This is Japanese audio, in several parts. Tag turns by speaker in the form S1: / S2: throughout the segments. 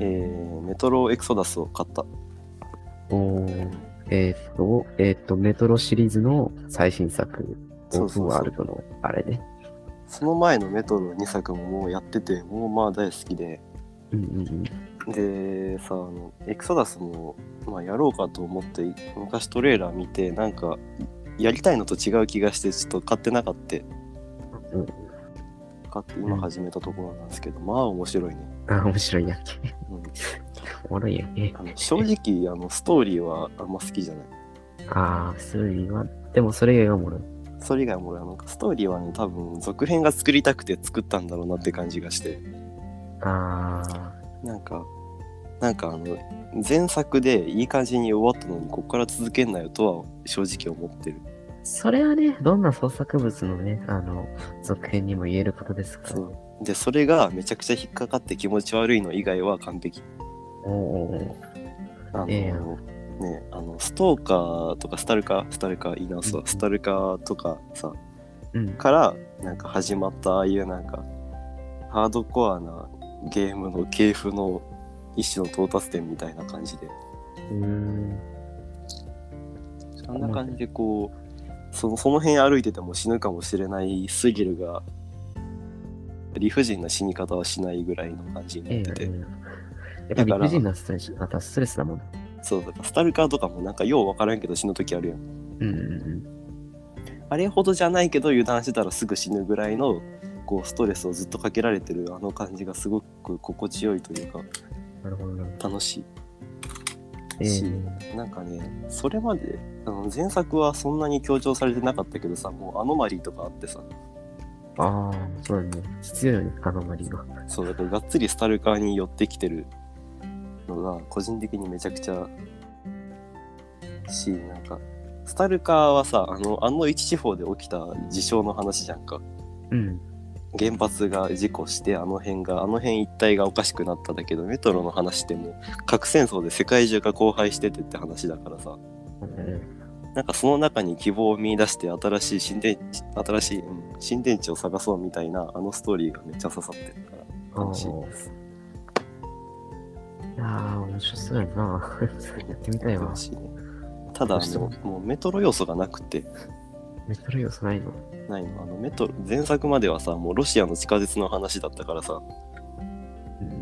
S1: えー、メトロエクソダスを買った。
S2: おーえーっと、えーっと、メトロシリーズの最新作、オープ
S1: そう
S2: ン
S1: そう
S2: ワ
S1: そ
S2: ー
S1: う
S2: ル。ドのあれね。
S1: その前のメトロ2作ももうやってて、もうまあ大好きで。
S2: うんうんうん。
S1: でさあの、エクソダスも、まあ、やろうかと思って、昔トレーラー見て、なんか、やりたいのと違う気がして、ちょっと買ってなかった。
S2: うん
S1: 買って今始めたところなんですけど、まあ面白いね。
S2: あ、面白いやんけ。
S1: うん
S2: おもろいやんけ。
S1: あの正直あのストーリーはあんま好きじゃない
S2: ああ、そういうのは、でもそれ以外はおもろい。
S1: それ以外も俺はなんかストーリーはね多分続編が作りたくて作ったんだろうなって感じがして
S2: ああ、
S1: なんかなんかあの前作でいい感じに終わったのにこっから続けんなよとは正直思ってる
S2: それはね、どんな創作物のね、あの、続編にも言えることですから。
S1: そうでそれがめちゃくちゃ引っかかって気持ち悪いの以外は完璧
S2: おお
S1: あの、
S2: ええやん
S1: ねあのストーカーとかスタルカースタルカー言い直すわ
S2: うん
S1: スタルカーとかさ
S2: うん。
S1: からなんか始まったああいうなんかハードコアなゲームの系譜の一種の到達点みたいな感じで
S2: うーん。
S1: そんな感じでこうそのその辺歩いてても死ぬかもしれないスギルが理不尽な死に方はしないぐらいの感じに
S2: ええ
S1: なってて、
S2: うん。やっぱ
S1: だ
S2: 理
S1: から
S2: 不尽なストレス、またストレスだもん。
S1: そうだからスタルカーとかもなんかよう分からんけど死ぬ時あるやん
S2: うんうん
S1: あれほどじゃないけど油断してたらすぐ死ぬぐらいのこうストレスをずっとかけられてるあの感じがすごく心地よいというか
S2: うん。なるほどな。
S1: 楽しい
S2: え
S1: し
S2: え
S1: なんかねそれまであの前作はそんなに強調されてなかったけどさもうアノマリーとかあってさ
S2: ああ、そうだね。必要よね、アノマリが。
S1: そうだからがっつりスタルカーに寄ってきてるのが個人的にめちゃくちゃしなんかスタルカーはさあのあの一地方で起きた事象の話じゃんか
S2: うん。
S1: 原発が事故してあの辺があの辺一帯がおかしくなっただけどメトロの話ってもう核戦争で世界中が荒廃しててって話だからさ
S2: うん
S1: なんかその中に希望を見出して新しい新電池新しい、うん新電池を探そうみたいなあのストーリーがめっちゃ刺さってるから
S2: あ
S1: 楽しい
S2: ーいやー、面白そうやな。 やってみたいわ
S1: 楽。しいねただあ
S2: ど
S1: の
S2: う
S1: もうメトロ要素がなくて
S2: メトロ要素ないの
S1: ないのあのメトロ前作まではさもうロシアの地下鉄の話だったからさ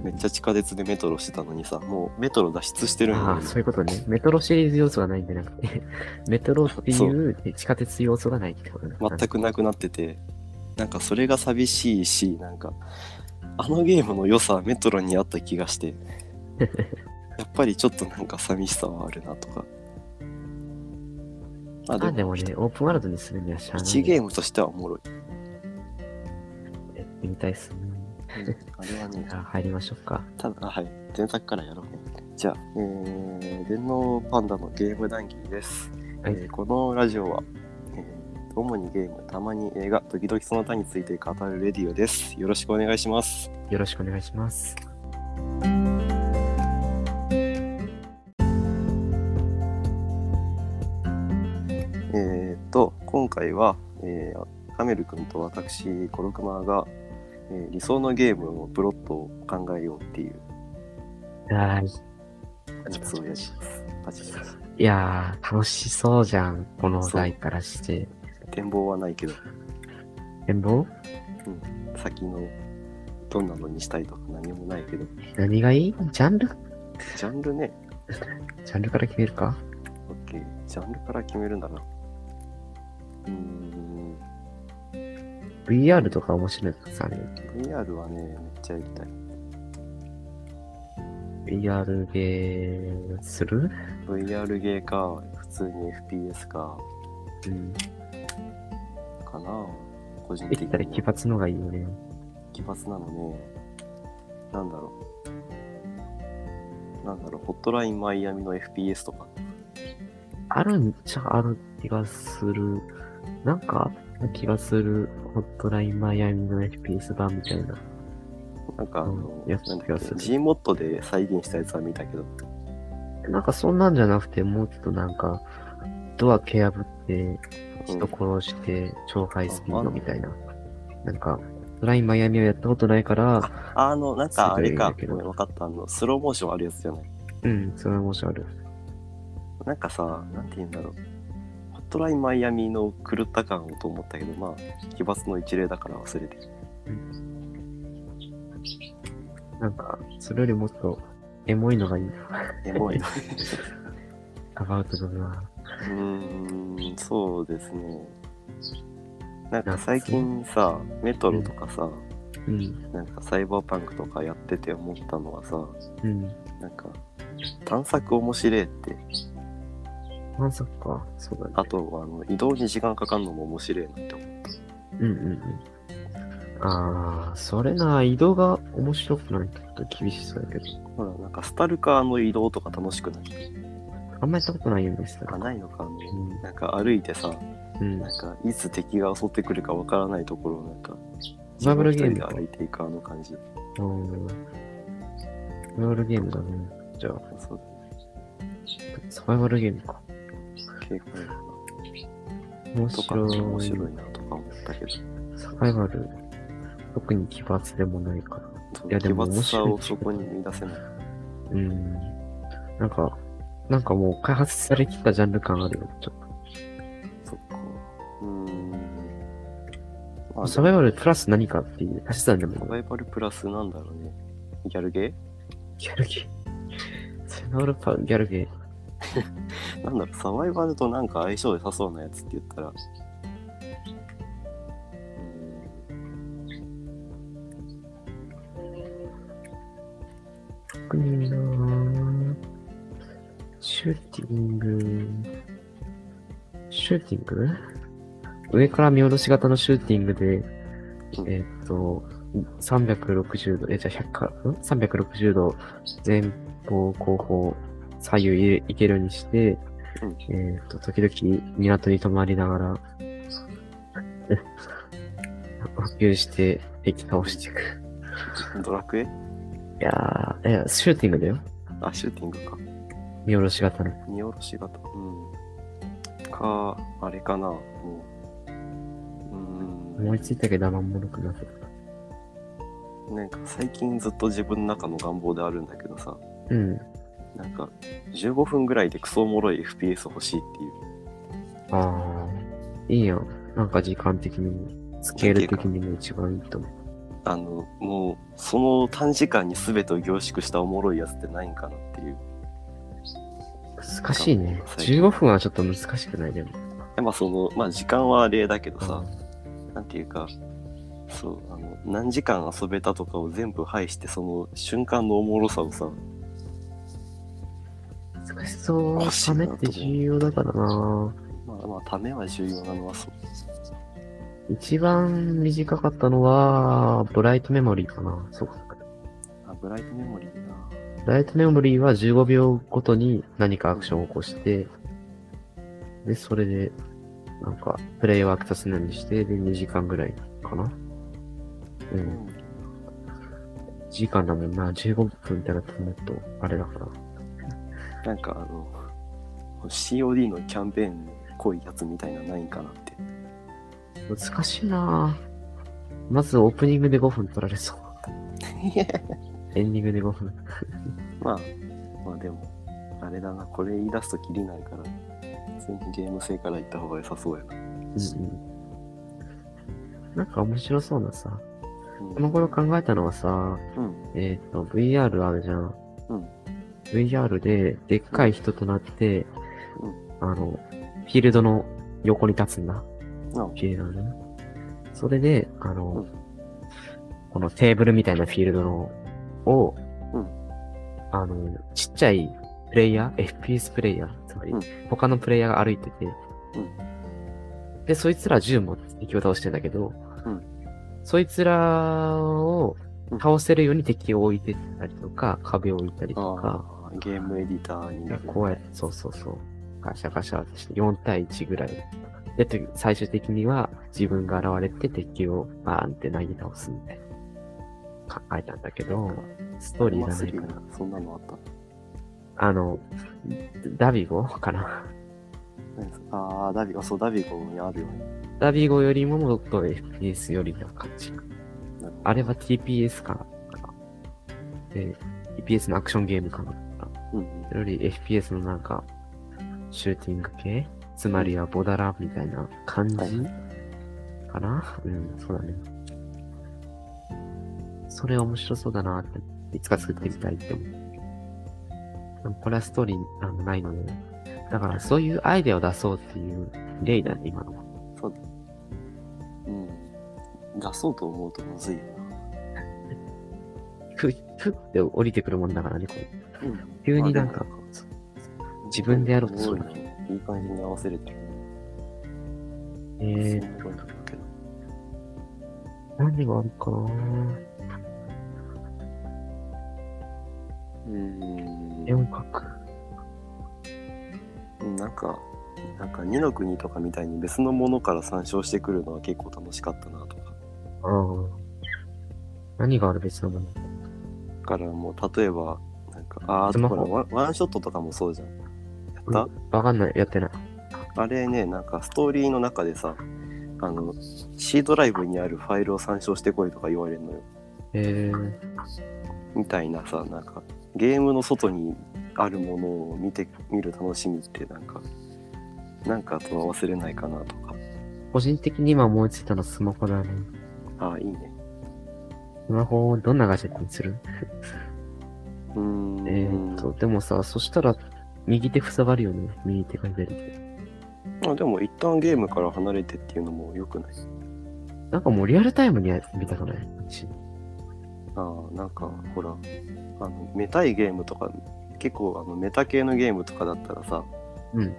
S1: めっちゃ地下鉄でメトロしてたのにさもうメトロ脱出してるの
S2: ああ、
S1: に
S2: そういうことね。メトロシリーズ要素がないんじゃなく て、メトロっていう地下鉄要素がないってことね。
S1: 全くなくなっててなんかそれが寂しいしなんかあのゲームの良さはメトロにあった気が してやっぱりちょっとなんか寂しさはあるなとかまあ
S2: あ、
S1: で
S2: で
S1: も
S2: もね、オープンワールドにするにはしゃあない。
S1: 1ゲームとしてはおもろい
S2: やってみたいっすね。
S1: あれはね
S2: じゃあ入りましょうか。
S1: ただはい前作からやろうねじゃあえー、電脳パンダのゲーム談義です、
S2: はい
S1: えーこのラジオは、えー主にゲームたまに映画時々その他について語るレディオですよろしくお願いします
S2: よろしくお願いします。
S1: えー、っと今回は、えー、カメル君と私コロクマが、えー理想のゲームのプロットを考えようっていう
S2: あー
S1: そうやりますパチパチ
S2: いやー、楽しそうじゃん。このお題からして。
S1: 展望はないけど
S2: 展望
S1: 先のどんなのにしたいとか何もないけど
S2: 何がいいジャンル
S1: ジャンルね
S2: ジャンルから決めるか
S1: オッケージャンルから決めるんだな。うーん、
S2: ?VR とか面白いからさ、ね、
S1: VR はね、めっちゃやりたい。
S2: VR ゲーする
S1: VR ゲーか、普通に FPS か、
S2: うん。
S1: かな。個人
S2: でき
S1: 的
S2: たら
S1: に
S2: 奇。抜のがいいよね。
S1: 奇抜なのね。なんだろう。なんだろう、ホットラインマイアミの FPS とか。
S2: あるんちゃある気がする。なんか、気がする。ホットラインマイアミの FPS 版みたいな。
S1: なんか、あの、
S2: うんやつ
S1: なんだっ
S2: やつ
S1: け、Gmod で再現したやつは見たけど、
S2: なんかそんなんじゃなくて、もうちょっとなんか、ドア蹴破って、人殺して、超ハイスピードみたいな。なんか、トラインマイアミはやったことないから、
S1: あの、なんかあれか、
S2: すごいんだけど
S1: ごめん、分かった。あの、スローモーションあるやつじゃない。
S2: うん、それは面白い。
S1: なんかさ、なんて言うんだろう。ホットラインマイアミの狂った感をと思ったけど、まあ、奇抜の一例だから忘れてる。
S2: なんか、それよりもっと、エモいのがいい。
S1: エ モい。う
S2: アバウトだな。
S1: ーん、そうですね。なんか最近さ、メトロとかさ、
S2: うん、
S1: なんかサイバーパンクとかやってて思ったのはさ、
S2: うん。
S1: なんか、探索面白いって、
S2: まさか、そうだね。
S1: あとあの移動に時間かかるのも面白いなって思う。
S2: うんうんうん。あー、それな、移動が面白くないとちょっと厳しそうだけど。
S1: ほら、なんかスタルカーの移動とか楽しくない
S2: あんまやったことないよね、した
S1: あ
S2: ら。
S1: ないのか、あの、
S2: うん
S1: なんか歩いてさ、
S2: うん
S1: なんかいつ敵が襲ってくるかわからないところをなんか、
S2: マーブルゲー
S1: 自
S2: ムか
S1: 分一人で歩いていくあの感じ。
S2: うん。ロールゲームだね。じゃあ、
S1: そう
S2: サバイバルゲームか。
S1: 結構
S2: 面
S1: とか
S2: 白い。
S1: 面白いなとか思ったけど、
S2: サバイバル、特に奇抜でもないから。
S1: そ
S2: いや
S1: の奇
S2: でも
S1: 抜さを
S2: 面白い
S1: そこに見出せない。
S2: うん。なんか、なんかもう開発されきったジャンル感あるよ、ちょっ
S1: そっか。うーん。ま
S2: と。
S1: あ、
S2: サ
S1: サ
S2: バイバルプラス何かっていう、足し算でも
S1: バイバルプラスなんだろうね。ギャルゲ
S2: ギャルゲー。サバイバルパギャルゲー。
S1: ーなんだろう、サバイバルとなんか相性良さそうなやつって言ったら。う
S2: 特になぁシューティング。シューティング上から見下ろし型のシューティングで、
S1: うん
S2: えーっと、360度、え、じゃあ100か、ん ?360 度、前方、後方、左右いれいけるようにして、
S1: うん
S2: えーっと、時々港に泊まりながら、 補給して、敵倒していく。
S1: ーんドラクエ
S2: いやー、いやシューティングだよ。
S1: あ、シューティングか。
S2: 見下ろし型の。
S1: 見下ろし型。うん。か、あれかな。もう。う
S2: 思いついたけど、あんまもろくなかっ
S1: ーん。なんか最近ずっと自分の中の願望であるんだけどさ、
S2: た。うん。
S1: なんか15分ぐらいでクソおもろい FPS 欲しいっていう。
S2: ああ、いいやん。なんか時間的にも、スケール的にも一番いいと思う。
S1: あのもうその短時間に全てを凝縮したおもろいやつってないんかなっていう
S2: 難しいね。
S1: 最
S2: 15分はちょっと難しくないでも。
S1: でまあそのまあ時間は例だけどさ
S2: う、
S1: なんていうかそうあの何時間遊べたとかを全部排してその瞬間のおもろさをさ
S2: 難しそう。
S1: 欲しい
S2: サ
S1: な
S2: メ
S1: と
S2: っ
S1: 思う
S2: て重要だからな。
S1: まあまあためは重要なのはそう
S2: 一番短かったのは、ブライトメモリーかな。そうか。
S1: あブライトメモリーな
S2: ブライトメモリーは15秒ごとに何かアクションを起こして、で、それで、なんか、プレイをアクセスなりして、で、2時間ぐらいかな。うん。時間だもんな、15分ってなったらもっとあれだから。
S1: なんかあの COD のキャンペーンの濃いやつみたいなのないんかなって
S2: 難しいなぁ。まずオープニングで5分取られそう。エンディングで5分。
S1: まあ、まあでも、あれだな、これ言い出すときりないから、普通にゲーム性から行った方が良さそうやな。
S2: うんうん。なんか面白そうなさ。
S1: うん
S2: この頃考えたのはさ、
S1: うん、
S2: えっ、と、VR あるじゃん。
S1: うん。
S2: VR で、でっかい人となって、
S1: う
S2: あの、フィールドの横に立つんだ。
S1: あ
S2: フィールドのね。それで、あの、
S1: うん
S2: このテーブルみたいなフィールドの、を、
S1: うん
S2: あの、ちっちゃいプレイヤー、FPS プレイヤー、つまり、
S1: うん
S2: 他のプレイヤーが歩いてて、で、そいつら銃持って敵を倒してんだけど、
S1: うん
S2: そいつらを
S1: うん
S2: 倒せるように敵を置いてったりとか、壁を置いたりとか、
S1: あー、ゲームエディターになる。
S2: こうやって、そうそうそう。ガシャガシャってして、4対1ぐらい。で、と最終的には自分が現れて敵をバーンって投げ倒すみたいな。考えたんだけど、ストーリー
S1: マ
S2: じゃ
S1: ス
S2: ない
S1: リ
S2: か
S1: ー
S2: な。
S1: なそんなのあった
S2: あの、ダビゴかな。
S1: 何それああ、ダビゴ、そう、ダビゴにあるよね。
S2: ダビゴよりももっと FPS よりな感じ。あれは TPS かな。で、TPS のアクションゲームかな。
S1: うん
S2: それより FPS のなんか、シューティング系つまりはボダラみたいな感じ、
S1: はい
S2: かなうん、そうだね。それ面白そうだなって、いつか作ってみたいって思う。でもこれはストーリーあのないので、だからそういうアイデアを出そうっていう例だね、今の。
S1: うん。うん。出そうと思うとむずいよ
S2: ふ、ふって降りてくるもんだからね、こう。
S1: な。うん。
S2: 急になんか、自分でやろうとす
S1: そう
S2: る
S1: だね。いい感じに合わせれたらね。
S2: え
S1: え
S2: ー、何があるかな
S1: うん。
S2: 絵を描く。
S1: なんか、なんか二の国とかみたいに別のものから参照してくるのは結構楽しかったなとか。
S2: ああ。何がある別のもの
S1: だからもう例えば、なんか、ああ、
S2: ス
S1: ほ
S2: マホ
S1: らワン、ワンショットとかもそうじゃん。やった、
S2: わかんない、やってない。
S1: あれね、なんかストーリーの中でさ、あの、C ドライブにあるファイルを参照してこいとか言われるのよ。
S2: えー、
S1: みたいなさ、なんか、ゲームの外にあるものを見て、見る楽しみって、なんか、なんかとは忘れないかなとか。
S2: 個人的に今思いついたのはスマホだね。
S1: ああ、いいね。
S2: スマホをどんなガジェットにする
S1: うーん。
S2: えーっと、でもさ、そしたら、右手塞がるよね。右手が左手。
S1: まあでも一旦ゲームから離れてっていうのも良くない
S2: なんかもうリアルタイムにやってみたくない私
S1: ああなんかほらあのメタいゲームとか結構あのメタ系のゲームとかだったらさ、
S2: うん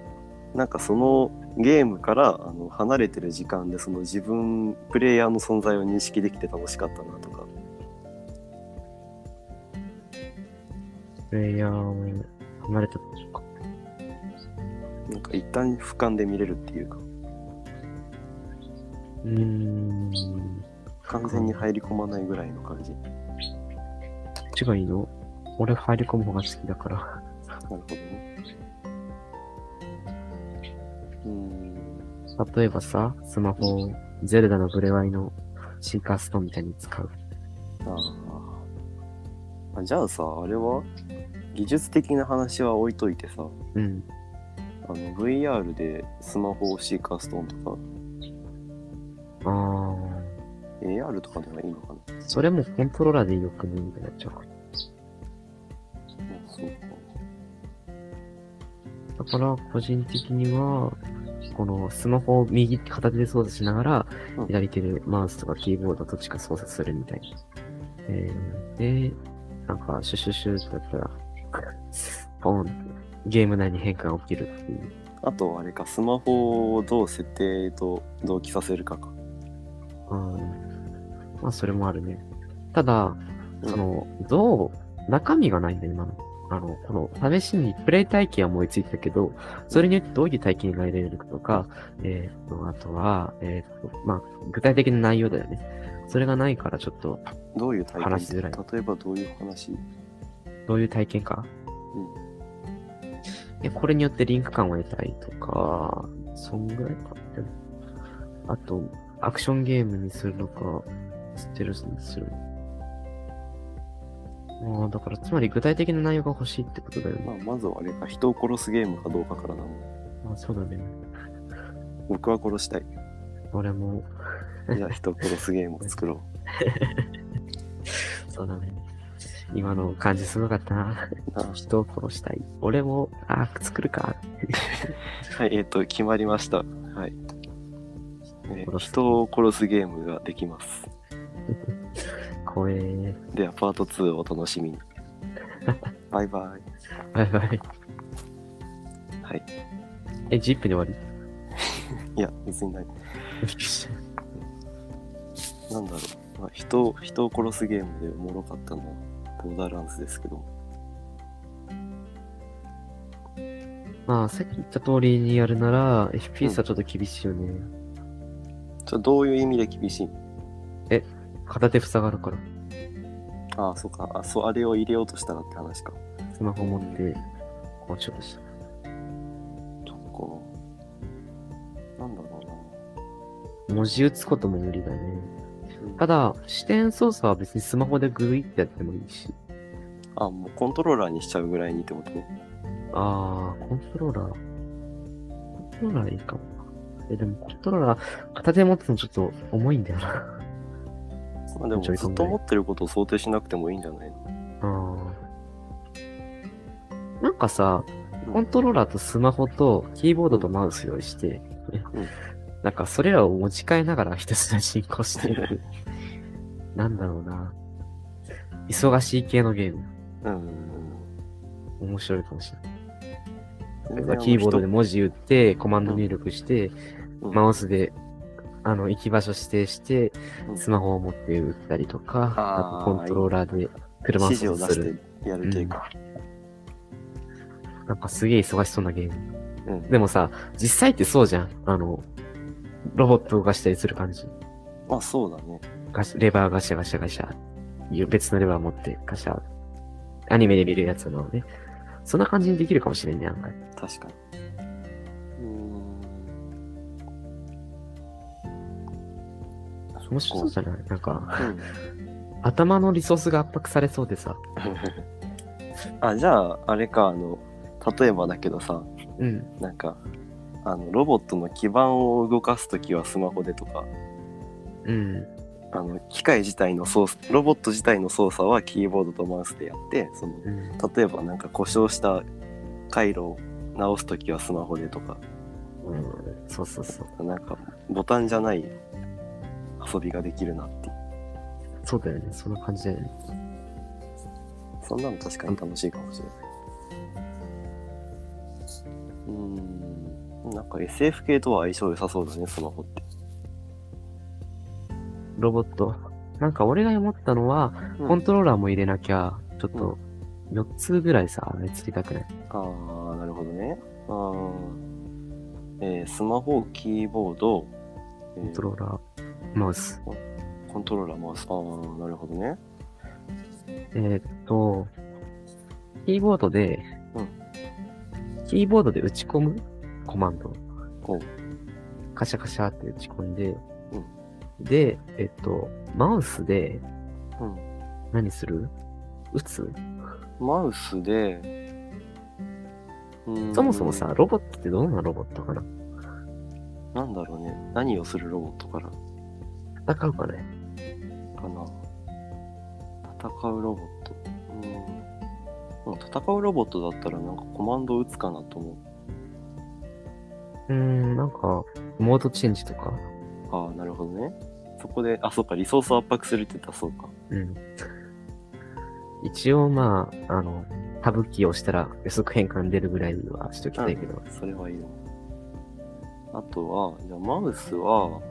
S1: なんかそのゲームからあの離れてる時間でその自分プレイヤーの存在を認識できて楽しかったなとか
S2: プレイヤーを離れたとか。
S1: なんか一旦俯瞰で見れるっていうか
S2: うーん。
S1: 完全に入り込まないぐらいの感じなる
S2: こっちがいいの俺入り込む方が好きだから。
S1: ほどねうーん
S2: 例えばさ、スマホをゼルダのブレワイのシーカーストーンみたいに使う。
S1: あああじゃあさあれは技術的な話は置いといてさ
S2: うん。
S1: あの VR でスマホをシーカーストーンとか
S2: あー。
S1: AR とかではいいのかな
S2: それもコントローラーでよくねみたいになっちゃうか。
S1: そうか
S2: だか
S1: ら
S2: ら、個人的には、このスマホを右手片手で操作しながら
S1: うん、
S2: 左手でマウスとかキーボードどっちか操作するみたいな。えー、で、なんか、シュシュシュってやったら、ポーンってゲーム内に変化が起きるっていう。
S1: あとあれかスマホをどう設定と同期させるかか
S2: うん。まあ、それもあるね。ただ、
S1: うん
S2: その、どう、中身がないんだよ、今の。あの、この、試しにプレイ体験は思いついたけど、それによってどういう体験が得られるかとか、えーっと、あとは、えーっと、まあ、具体的な内容だよね。それがないから、ちょっと、
S1: どういう体
S2: 話しづらい
S1: 例えばどういう話
S2: どういう体験か。で、これによってリンク感を得たいとか、そんぐらいか。でもあと、アクションゲームにするのか、ステルスにするのか。ああ、だから、つまり具体的な内容が欲しいってことだよね。
S1: まあ、まずはあれか人を殺すゲームかどうかからな
S2: まあ、そうだね。
S1: 僕は殺したい
S2: 俺も、
S1: じゃあ人を殺すゲームを作ろ
S2: そうだね。今の感じすごかったな。
S1: う な
S2: 人を殺したい。俺も、あー作るか。
S1: はいえっ、と決まりましたはい、えー
S2: 殺す
S1: 人を殺すゲームができます
S2: 怖え。
S1: ではパート2をお楽し みにバイバイ
S2: バイバイ。
S1: はい。
S2: え、ジップで終わ
S1: いや、別にない。
S2: り
S1: なんだろう。まあ、人を、人を殺すゲームでおもろかったのは、ボーダーランスですけど。
S2: まあ、さっき言った通りにやるなら、FPS はちょっと厳しいよね。
S1: ちょどういう意味で厳しい
S2: 片手塞がるから、
S1: ああ、そうか。あ、そう、あれを入れようとしたらって話か。
S2: スマホ持って、こうちょっとした。
S1: そっか。なんだろ
S2: 文字打つことも無理だね。
S1: うな。うん
S2: ただ、視点操作は別にスマホでグイってやってもいいし。
S1: あ、もうコントローラーにしちゃうぐらいにってこと
S2: あー、コントローラー。コントローラーいいかもな。え、でもコントローラー、片手で持つのちょっと重いんだよな。
S1: まあでも
S2: ちょい考
S1: ず
S2: え
S1: っと持ってることを想定しなくてもいいんじゃないの
S2: うんなんかさ、
S1: うん
S2: コントローラーとスマホとキーボードとマウス用意して、
S1: うん
S2: なんかそれらを持ち替えながらひたすら進行していく。なんだろうな。忙しい系のゲーム。
S1: うん。
S2: 面白いかもしれない。
S1: 全
S2: 例え
S1: 然あ
S2: ば
S1: の
S2: キーボードで
S1: 人
S2: 文字打って、コマンド入力して、
S1: うん
S2: マウスで、あの、行き場所指定して、
S1: うん
S2: スマホを持って打ったりとか、
S1: あー
S2: あとコントローラーで車を
S1: 指
S2: 操
S1: 示を
S2: 作
S1: 出
S2: する。
S1: してやる系か。
S2: なんかすげえ忙しそうなゲーム。
S1: うん。
S2: でもさ、実際ってそうじゃん。あの、ロボット動かしたりする感じ。
S1: まあそうだね。
S2: ガシレバーガシャガシャガシャ。いう別のレバー持ってガシャ。アニメで見るやつなのね。そんな感じにできるかもしれんね、案外。
S1: 確かに。うーん。
S2: 面白そうじゃないなんか、
S1: うん
S2: 頭のリソースが圧迫されそうでさ。
S1: あじゃああれかあの例えばだけどさ
S2: うん。
S1: なんかあのロボットの基板を動かす時はスマホでとか
S2: うん。
S1: あの機械自体の操作ロボット自体の操作はキーボードとマウスでやってその
S2: うん。
S1: 例えばなんか故障した回路を直す時はスマホでとか
S2: うん、そうそうそう。
S1: なんかボタンじゃない遊びができるなっていう
S2: そうだよね。そんな感じだよね。
S1: そんなの確かに楽しいかもしれない。うーん、なんか SF 系とは相性良さそうだね、スマホって。
S2: ロボット。なんか俺が思ったのは、コントローラーも入れなきゃ、ちょっと、4つぐらいさ、あれ作りたくない
S1: ああ、なるほどね。あーえースマホ、キーボード、えー
S2: コントローラー、マウス。
S1: コントローラー、マウス。ああ、なるほどね。
S2: えーっと、キーボードで、
S1: うん
S2: キーボードで打ち込むコマンド
S1: おう。
S2: カシャカシャって打ち込んで、
S1: うん
S2: で、えっと、マウスで
S1: うん、
S2: 何する打つ
S1: マウスで、うーん
S2: そもそもさ、、ロボットってどんなロボットかな
S1: なんだろうね。何をするロボットから
S2: 戦うかね
S1: かな戦うロボットうんうん戦うロボットだったらなんかコマンド打つかなと思
S2: うーん、なんか、モードチェンジとか。
S1: うああなるほどねそこであそうかリソースを圧迫するって言ったらそうか
S2: うん。一応まあ、あの、タブキーを押したら予測変換出るぐらいはしときたいけど。
S1: それはいいなあとはじゃあマウスは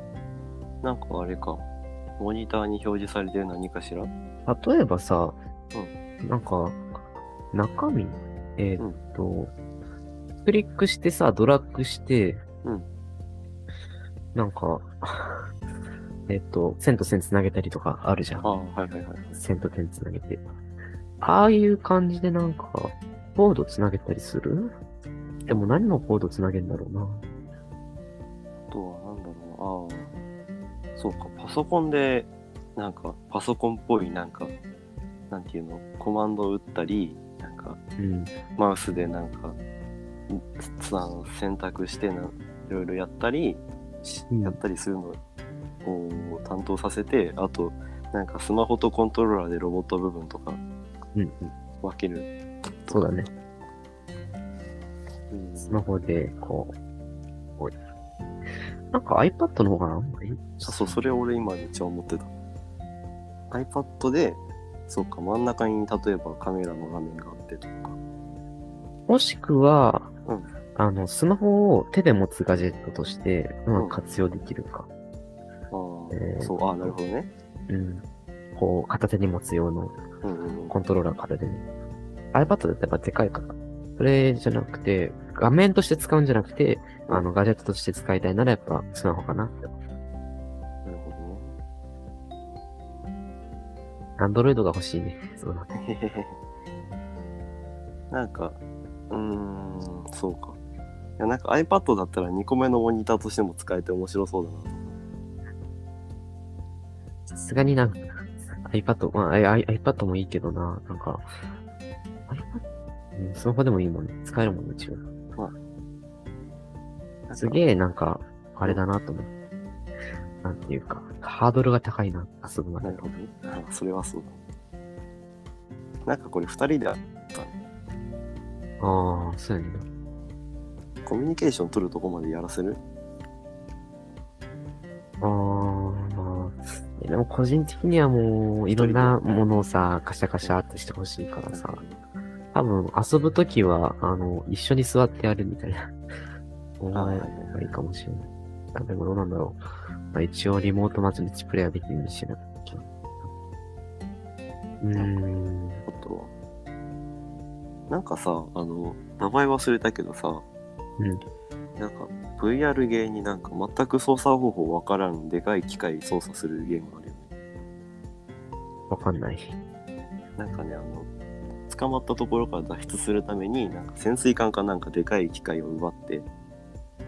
S1: なんかあれかモニターに表示されてる何かしら
S2: 例えばさ、なんか、中身、えーっと、クリックしてさ、ドラッグして、
S1: うん
S2: なんか、 えーっと、線と線つなげたりとかあるじゃん
S1: あ。あはいはいはい
S2: 線と線つなげて。ああいう感じでなんか、コードつなげたりするでも何のコードつなげんだろうな。
S1: あとはなんだろうなああそうかパソコンでなんかパソコンっぽいなんかなんていうのコマンドを打ったりなんか
S2: うん。
S1: マウスでなんかつつあの選択してないろいろやったりし
S2: うん
S1: やったりするのを担当させてあとなんかスマホとコントローラーでロボット部分とか
S2: うんうん。
S1: 分ける、
S2: そうだね。
S1: うん
S2: スマホで、こう、こうなんか iPad の方があんまり
S1: あそうそれ俺今めっちゃ思ってた iPad でそうか真ん中に例えばカメラの画面があってとか
S2: もしくは、
S1: うん
S2: あの、スマホを手で持つガジェットとして、うまく活用できるか。
S1: あー、
S2: えー
S1: そうあーなるほどね
S2: うん。こう、片手に持つ用の
S1: うんうんうん
S2: コントローラー片手に。iPad だったらやっぱでかいから。それじゃなくて、画面として使うんじゃなくて、あの、ガジェットとして使いたいならやっぱスマホかな。
S1: なるほどね
S2: アンドロイドが欲しいね。そうだね。
S1: なんか、うーん、そうか。いや、なんか iPad だったら2個目のモニターとしても使えて面白そうだな。
S2: さすがになんか、iPad、まあ、I- I- iPad もいいけどな、なんか、iPad、うんスマホでもいいもんね。使えるもんね、違う。
S1: なんか
S2: すげえ、なんか、あれだなと思う。なんていうか、ハードルが高いな、遊ぶまで
S1: なる。ほどね。あそれはそうだ。なんかこれ2人で
S2: ああ、そうやね。
S1: コミュニケーション取るとこまでやらせる
S2: ああ、まあ、えでも個人的にはもう、いろんなものをさ、カシャカシャってしてほしいからさ、多分遊ぶときは、あの、一緒に座ってやるみたいな。お前、がいいかもしれない。あでもどうなんだろう。まあ、一応リモートマッチプレイはできるようにしてなきゃ。うーん。
S1: あとは。なんかさ、あの、名前忘れたけどさ、
S2: うん
S1: なんか VR ゲーになんか全く操作方法わからんでかい機械操作するゲームあるよね。
S2: わかんない。
S1: なんかね、あの、捕まったところから脱出するために、なんか潜水艦かなんかでかい機械を奪って、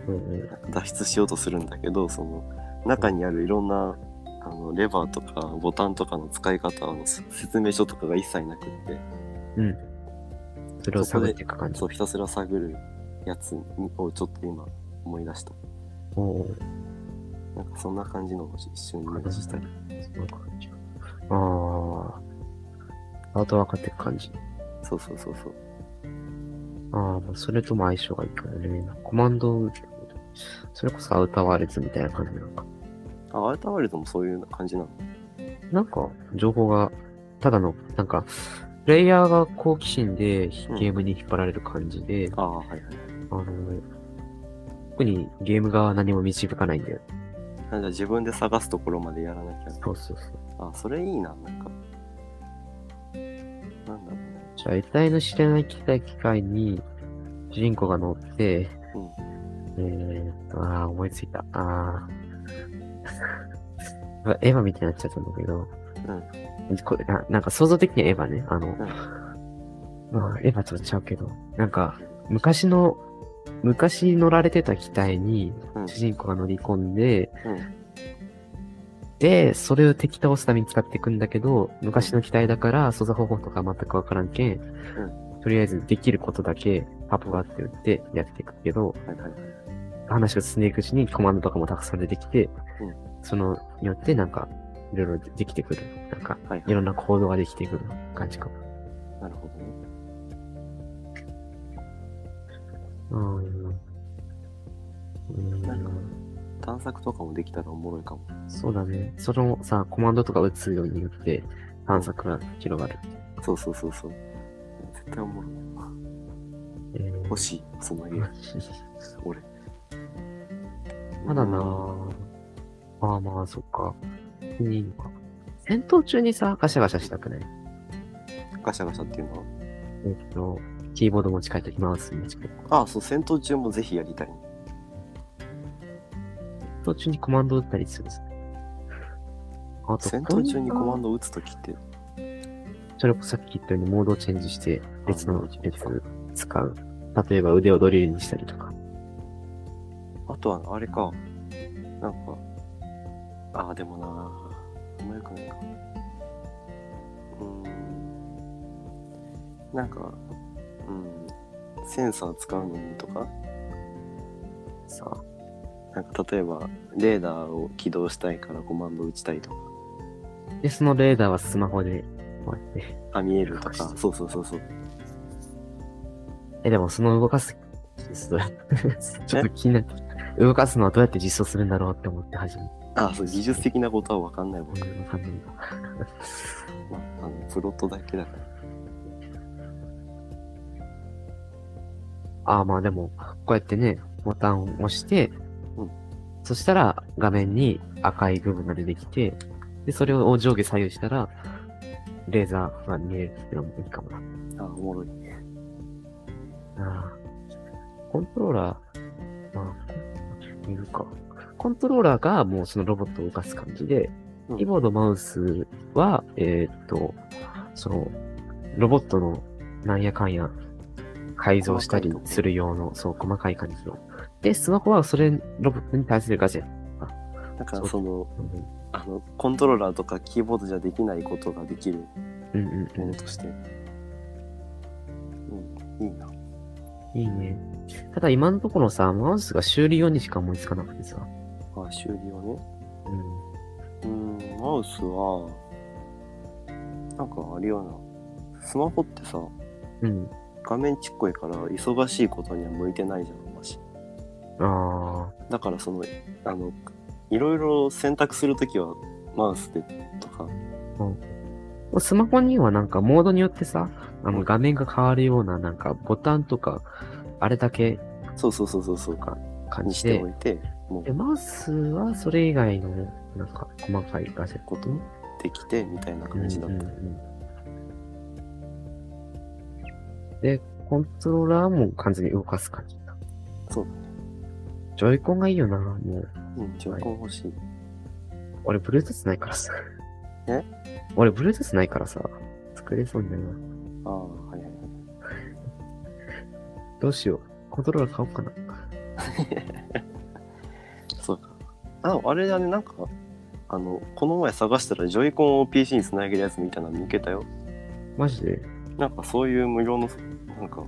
S2: うんうん。
S1: 脱出しようとするんだけどその中にあるいろんなあのレバーとかボタンとかの使い方のせ説明書とかが一切なくって
S2: それを探っていく感じ。
S1: そうひたすら探るやつをちょっと今思い出した
S2: おおー。
S1: なんかそんな感じのを一瞬思い出したり
S2: その感じ。ああ。あと分かっていく感じ。
S1: そうそうそうそう
S2: ああ、まあそれとも相性がいいからね。コマンドを打つそれこそアウターワーレツみたいな感じなのか。
S1: あアウターワールドもそういう感じなの
S2: なんか、情報が、ただの、なんか、プレイヤーが好奇心でゲームに引っ張られる感じで、
S1: ああはいはい
S2: あの、特にゲーム側は何も導かないんだよ。
S1: あじゃあ自分で探すところまでやらなき
S2: そうそうそう。
S1: ゃあそれいいななんかなんだろうね
S2: じゃあ、得体の知れない機械機械に、主人公が乗って、
S1: うん
S2: えーっと、ああ、思いついた。あ あ。エヴァみたいになっちゃったんだけど、これななんか想像的にはエヴァね、あの、まあ、エヴァとはちゃうけど、なんか、昔の、昔乗られてた機体に
S1: うん
S2: 主人公が乗り込んで、
S1: うん
S2: で、それを敵倒すために使っていくんだけど、昔の機体だから操作方法とか全くわからんけん、とりあえずできることだけパパパって打ってやっていくけど、
S1: はいはいはい
S2: 話が進んでいくうちにコマンドとかもたくさん出てきて、
S1: うん
S2: そのによってなんか、いろいろできてくる。なんか、
S1: はい
S2: い
S1: は
S2: ろんな行動ができてくる感じかも。
S1: いなるほどね
S2: うん。うん
S1: なんか探索とかもできたらおもろいかも。
S2: そうだね。そのさ、コマンドとか打つようによって、探索が広がる。
S1: そうそうそうそう。絶対おもろい。
S2: えー
S1: 欲しい、その家、俺。
S2: まだなぁ。ああまあ、そっか。いいのか。戦闘中にさ、ガシャガシャしたくない
S1: ガシャガシャっていうのは。
S2: えっと、キーボード持ち帰ってきます。マウス持ち帰って
S1: ああ、そう、戦闘中もぜひやりたい。
S2: 戦闘中にコマンド打ったりするんですね。あと、
S1: 戦闘中にコマン
S2: ド。
S1: ドを打つときって、
S2: それこそさっき言ったようにモードをチェンジして、別
S1: あモー
S2: の
S1: ドチェンジ
S2: やつを使う。例えば腕をドリルにしたりとか。
S1: あとは、あれか。なんか、ああ、でもなぁ。あんまよくないか。うーん。なんか、うん。センサー使うのにとか
S2: さ
S1: なんか例えばレーダーを起動したいからコマンド打ちたいとか
S2: で、そのレーダーはスマホで、こうやって。
S1: あ見えると
S2: 隠し
S1: か
S2: て
S1: そうそうそうそう
S2: え、でもその動かす、 ちょっと気になってきた。動かすのはどうやって実装するんだろうって思って始め
S1: あそう技術的なことは分かんない僕、
S2: た。うんわかんないな
S1: まあ、あのプロットだけだから
S2: ああ、まあでも、こうやってね、ボタンを押して、
S1: うん
S2: そしたら画面に赤い部分が出てきて、で、それを上下左右したら、レーザーが見えるっていうのもいいかもな。
S1: あおもろい
S2: ああコントローラー、まあ、いるか。コントローラーがもうそのロボットを動かす感じで、
S1: うん
S2: キーボード、マウスは、えーっと、その、ロボットのなんやかんや改造したりする用の、そう、細かい感じの。で、スマホはそれ、ロボットに対するガジェット。
S1: だか
S2: そ
S1: ら
S2: う
S1: その
S2: うん
S1: あのコントローラーとかキーボードじゃできないことができる
S2: うんうん
S1: も
S2: う。
S1: のとして、うん、いいなん
S2: いいね。ただ今のところさ、マウスが修理用にしか思いつかなくてさ。
S1: あ修理をね
S2: うん。
S1: うんマウスはなんかあれよなスマホってさ
S2: うん。
S1: 画面ちっこいから忙しいことには向いてないじゃんマジ
S2: あ
S1: だからそのあのいろいろ選択するときはマウスでと
S2: あ。
S1: か
S2: もうスマホにはなんかモードによってさ、あ
S1: う
S2: の
S1: ん
S2: 画面が変わるようななんかボタンとか、あれだけ
S1: そうそうそうそうそう
S2: 感
S1: に
S2: じ
S1: して
S2: で
S1: おい。てもう
S2: で、マウスはそれ以外のなんか細かいガジェット
S1: ことできてみたいな感じだった、
S2: うんうんうんで、コントローラーも完全に動かす感じだ。
S1: そう
S2: ジョイコンがいいよな、もう。
S1: うん、ジョイコン欲しい。
S2: 俺、Bluetooth ないからさ。
S1: え
S2: 俺、Bluetooth ないからさ。作れそうにないな。
S1: ああ、はいはいはい。
S2: どうしよう。コントローラー買おうかな。
S1: そうか。あ、あれだね、なんか、あの、この前探したら、ジョイコンを PC につなげるやつみたいなの見けたよ。
S2: マジで。
S1: なんか、そういう無料の、なんか、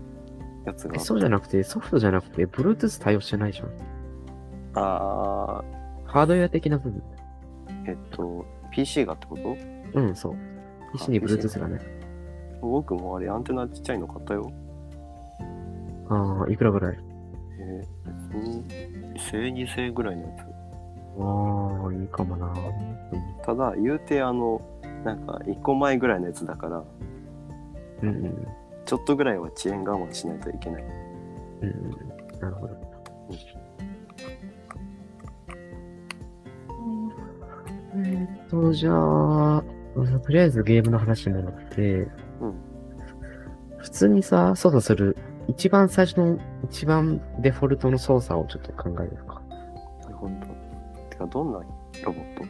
S1: やつがあっ
S2: え、
S1: た。
S2: そうじゃなくて、ソフトじゃなくて、Bluetooth 対応してないじゃん。
S1: ああ、
S2: ハードウェア的な部分。
S1: えっと、PC がってこと
S2: うん、そう。PC に Bluetooth がない。
S1: 僕もあれ、アンテナちっちゃいの買ったよ。
S2: ああ、いくらぐらい
S1: えー、うん1000、2000円ぐらいのやつ。
S2: ああ、いいかもな。
S1: ただ、言うて、あの、なんか、1個前ぐらいのやつだから、
S2: うんうん。
S1: ちょっとぐらいは遅延我慢しないといけない。
S2: うんうんなるほど。えーっと、じゃあ、とりあえずゲームの話に戻って、
S1: うん
S2: 普通にさ、操作する、一番最初の、一番デフォルトの操作をちょっと考えるか。
S1: なるほど。てか、どんなロボット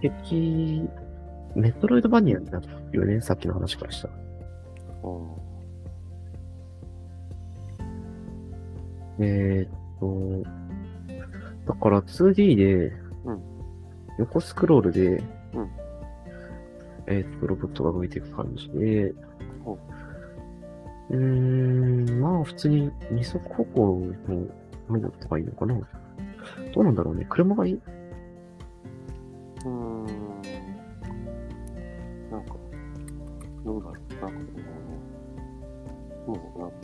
S2: 敵、メトロイドバニアになるよね、さっきの話からしたら。
S1: う
S2: えーっと、だから 2D で
S1: うん、
S2: 横スクロールで、
S1: うん
S2: えーっと、ロボットが動いていく感じで、う
S1: ほ
S2: ーん、まあ普通に二足歩行のロボットがいいのかな。どうなんだろうね。車がいい
S1: ん。うーん。なんか、どうだろう。なんかこう、もうなんか、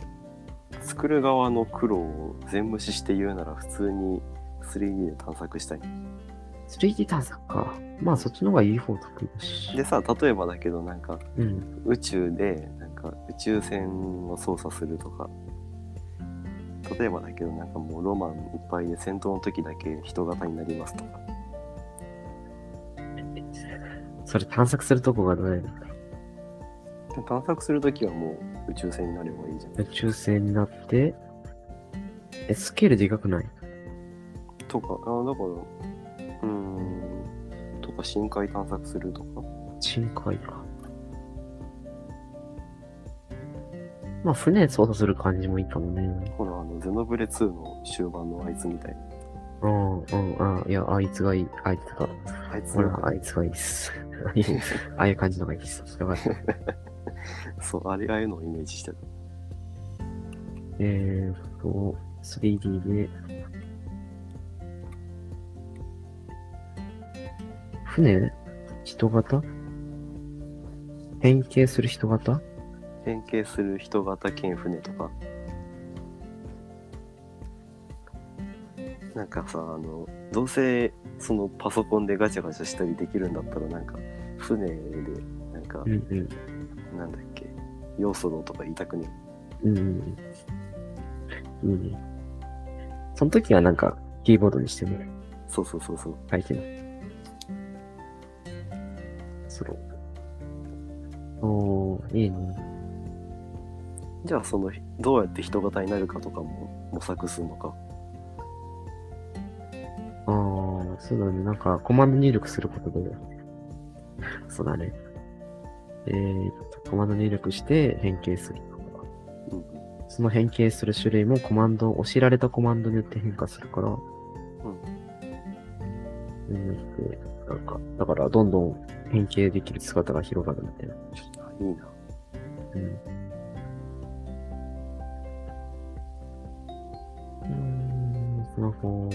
S1: 作る側の苦労を全無視して言うなら、普通に 3D で探索したい。
S2: 3D 探索か。まあそっちの方がいい方得意だし。
S1: でさ、例えばだけど、なんか、
S2: うん。
S1: 宇宙で、なんか、宇宙船を操作するとか、例えばだけど、なんかもうロマンいっぱいで戦闘の時だけ人型になりますとか。
S2: それ探索するとこがどれ
S1: で探索する時はもう宇宙船になればいいじゃん。
S2: 宇宙船になって、え、スケールでかくない
S1: とか、あだから、うーん、とか、深海探索するとか。
S2: 深海か。まあ、船操作する感じもいいかもね。
S1: ほら、あの、ゼノブレ2の終盤のあいつみたいな。
S2: うん、うん、うん。いや、あいつがいい。あいつが。
S1: あいつ
S2: ほ
S1: なん
S2: ら、
S1: か、
S2: あいつがいいっす。ああいう ああいう感じのがいいっす。よかった。
S1: そう、あれああいうのをイメージしてた。
S2: えーっと、3D で。船人型変形する人型
S1: 変形する人型兼船とか。なんかさ、あの、どうせ、そのパソコンでガチャガチャしたりできるんだったら、なんか、船で、なんか
S2: う、んうん。
S1: なんだっけ、要素のとか言いたくね
S2: うん。いいね。その時はなんか、キーボードにしてね、
S1: え。そうそうそうそう。
S2: 書いてない。そう。おー、いいね。
S1: じゃあそのどうやって人型になるかとかも模索するのか
S2: あー、そうだね。なんか、コマンド入力することで、 そうだね。えーと、コマンド入力して変形する。
S1: うん
S2: その変形する種類もコマンド、教えられたコマンドによって変化するから、によって、なんか、だからどんどん変形できる姿が広がるみたいな。
S1: あいいな。
S2: うん。スマホ、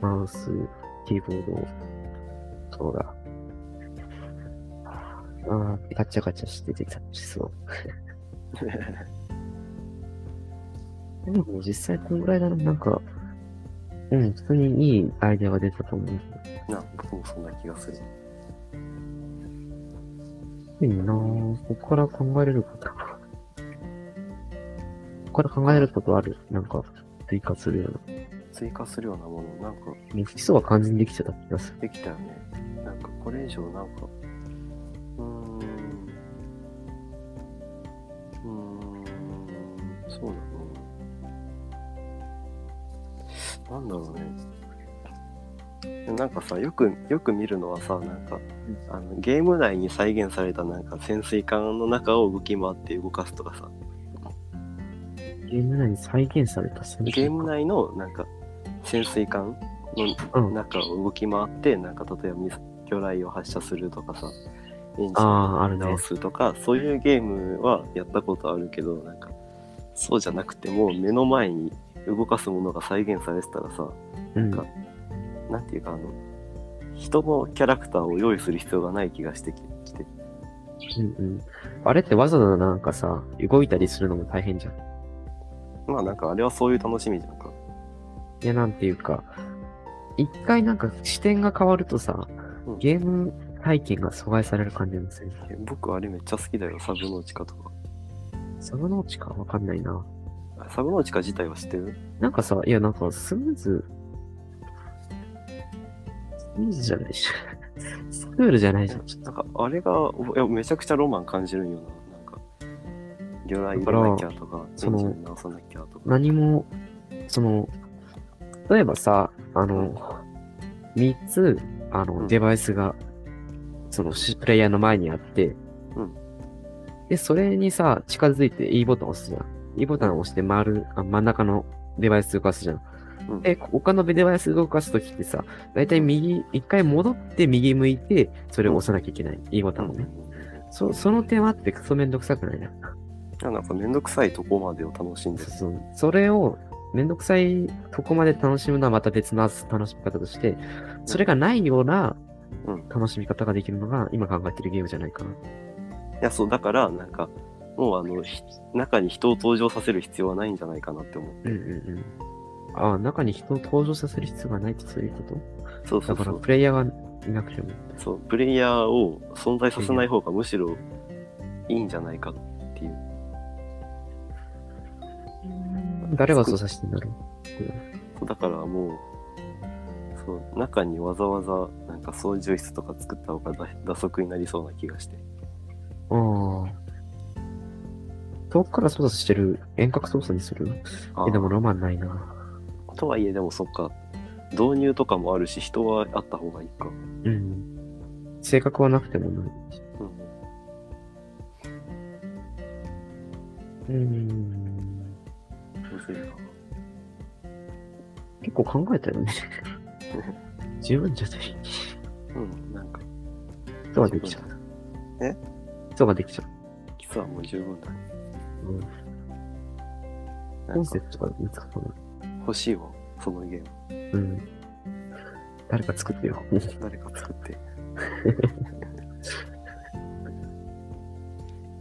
S2: マウス、キーボード、そうだ。ああ、ガチャガチャしててタッチそう。 でも実際このぐらいだな、なんか、うん、普通にいいアイデアが出たと思う。
S1: なんか僕もそんな気がする。
S2: いいなぁ。ここから考えれること。ここから考えることある。なんか、追加するような。
S1: 追加するようなもの、なんか
S2: もう基礎が完全にできちゃった気がする。
S1: できたよね。なんかこれ以上なんか、うーん、うーん、そうだね。なんだろうね。でもなんかさ、よく、よく見るのはさ、なんか、あのゲーム内に再現されたなんか潜水艦の中を動き回って動かすとかさ、
S2: ゲーム内に再現された戦
S1: ゲーム内のなんか潜水艦の
S2: うん。あ
S1: 中を動き回ってなんか例えばミサ魚雷を発射するとかさエンジン
S2: あー、あるね
S1: 直。すとかそういうゲームはやったことあるけどなんかそうじゃなくても目の前に動かすものが再現されてたらさ
S2: うん。
S1: かなんていうかあの人のキャラクターを用意する必要がない気がしてききて
S2: うんうん。あれってわざわざなんかさ、動いたりするのも大変じゃん。
S1: まあなんかあれはそういう楽しみじゃんか
S2: いや、なんていうか、一回なんか視点が変わるとさ
S1: う、ん
S2: ゲーム体験が阻害される感じなんですよ。
S1: え僕あれめっちゃ好きだよサブノーチカとか
S2: サブノーチかわかんないな。
S1: あサブノーチカ自体は知ってる
S2: なんかさ、いや、なんかスムーズ、スムーズじゃないし、 スクールじゃないじゃん。
S1: なんかあれがいやめちゃくちゃロマン感じるんよななんか魚雷入れなきゃとか
S2: その
S1: エンジン直さなきゃとか
S2: 何も、その、例えばさ、あの、3つ、あ
S1: う
S2: の、
S1: ん
S2: デバイスが、その、しプレイヤーの前にあって、
S1: うん
S2: で、それにさ、近づいて E ボタンを押すじゃん。E ボタンを押して回る、あ真ん中のデバイス動かすじゃん。
S1: うん
S2: で、他のデバイス動かすときってさ、だいたい右、一回戻って右向いて、それを押さなきゃいけない。E ボタンを
S1: うん
S2: ね。そその点はあってクソめんどくさくないな。
S1: いやなんかめんどくさいとこまでを楽しんでる。
S2: そうそれをめんどくさいとこまで楽しむのはまた別の楽しみ方として、それがないような
S1: うん
S2: 楽しみ方ができるのが今考えてるゲームじゃないかな。
S1: いや、そう、だから、なんか、もうあの、ひ中に人を登場させる必要はないんじゃないかなって思
S2: う
S1: う。
S2: んうんうん。ああ、中に人を登場させる必要がないとそういうこ
S1: そうそ
S2: とだ
S1: う
S2: か
S1: そ
S2: ら
S1: う。
S2: プレイヤーがいなくても。
S1: そう、プレイヤーを存在させない方がむしろいいんじゃないかっていう。
S2: 誰がそうさせてんだろ
S1: そうだからもう、そう、中にわざわざ、なんか操縦室とか作った方がだ打足になりそうな気がして。
S2: う。ああ。遠くから操作してる遠隔操作にする
S1: あ
S2: え、でもロマンないな。
S1: とはいえ、でもそっか、導入とかもあるし、人はあった方がいいか。
S2: うん。性格はなくてもない。
S1: うん
S2: うん。
S1: むずいな。
S2: 結構考えた よね。十分じゃない。
S1: うん、なんか、
S2: そうができちゃう。
S1: え
S2: そうができちゃう。
S1: 実はもう十分だね。
S2: うん
S1: な
S2: コン
S1: んか
S2: セプトが見つかったな。
S1: 欲しいわ、そのゲーム。
S2: うん。誰か作ってよ。
S1: 誰か作って。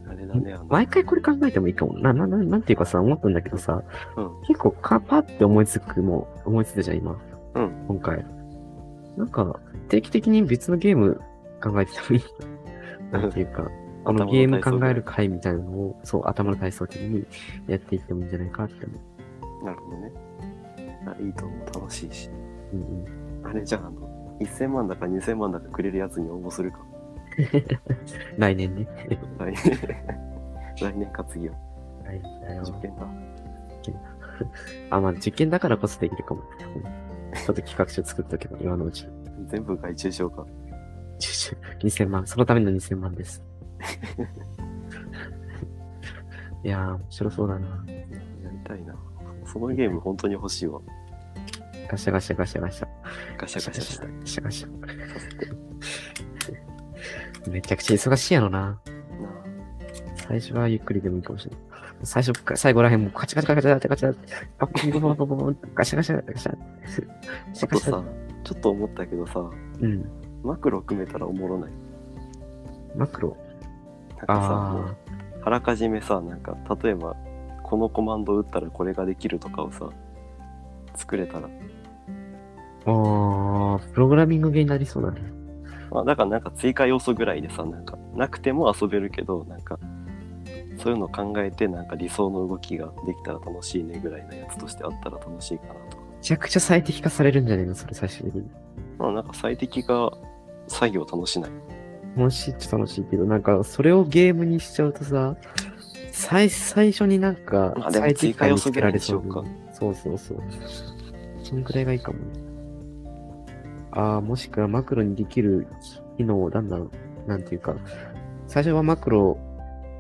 S1: あれだね、あの、
S2: 毎回これ考えてもいいかも。な、な、ななんていうかさ、思ったんだけどさ、
S1: うん
S2: 結構カパって思いつくも、思いついたじゃん、今。
S1: うん
S2: 今回。なんか、定期的に別のゲーム考えて てもいい。なんていうか、このゲーム考える会みたいなのを、そう、頭の体操的にやっていってもいいんじゃないかって思う。
S1: なるほどね。あいいと思う、楽しいし。
S2: うんうん
S1: あれじゃあ、あの、1000万だか2000万だかくれるやつに応募するか。
S2: 来年ね。
S1: 来年。 来年か次は。
S2: 来年だ
S1: 実験だ。
S2: あ、まあ、実験だからこそできるかも。うんちょっと企画書作っとけば、今のうち。
S1: 全部外注しようか。
S2: 2000万。そのための2000万です。いやー、面白そうだな。
S1: やりたいな。そのゲーム本当に欲しいわ。
S2: ガシャガシャガシャガシャ。
S1: ガシャガシャした。
S2: ガシャガシャ。めちゃくちゃ忙しいやろな。
S1: なあ
S2: 最初はゆっくりでもいいかもしれない。最初か、最後らへんもうカチャカチャカチャカチャガチャ、バンバンバンバンバンバンガシャガシャガシャ。ガシ
S1: あ
S2: ャガ
S1: と
S2: シ
S1: さ
S2: ャ。、
S1: ちょっと思ったけどさ、
S2: うん。
S1: マクロ組めたらおもろない。
S2: マクロ。
S1: なんかさ、も
S2: あ
S1: うあらかじめさ、なんか、例えば、このコマンド打ったらこれができるとかをさ、作れたら。
S2: あ。ああ、プログラミング系になりそうだね。
S1: まあ、だからなんか追加要素ぐらいでさ、なんか、なくても遊べるけど、なんか、そういうの考えて、なんか理想の動きができたら楽しいねぐらいのやつとしてあったら楽しいかなとか。
S2: めちゃくちゃ最適化されるんじゃねえのそれ最終的に。
S1: まあ、なんか最適化作業楽しない。
S2: 楽しいっちゃ楽しいけど、なんか、それをゲームにしちゃうとさ、最、最初になんか
S1: ま、あでも
S2: 最適化見つけられ
S1: 追加要素ぐらい
S2: そうそうそう。そのくらいがいいかもね。ああ、もしくはマクロにできる機能をだんだん、なんていうか、最初はマクロ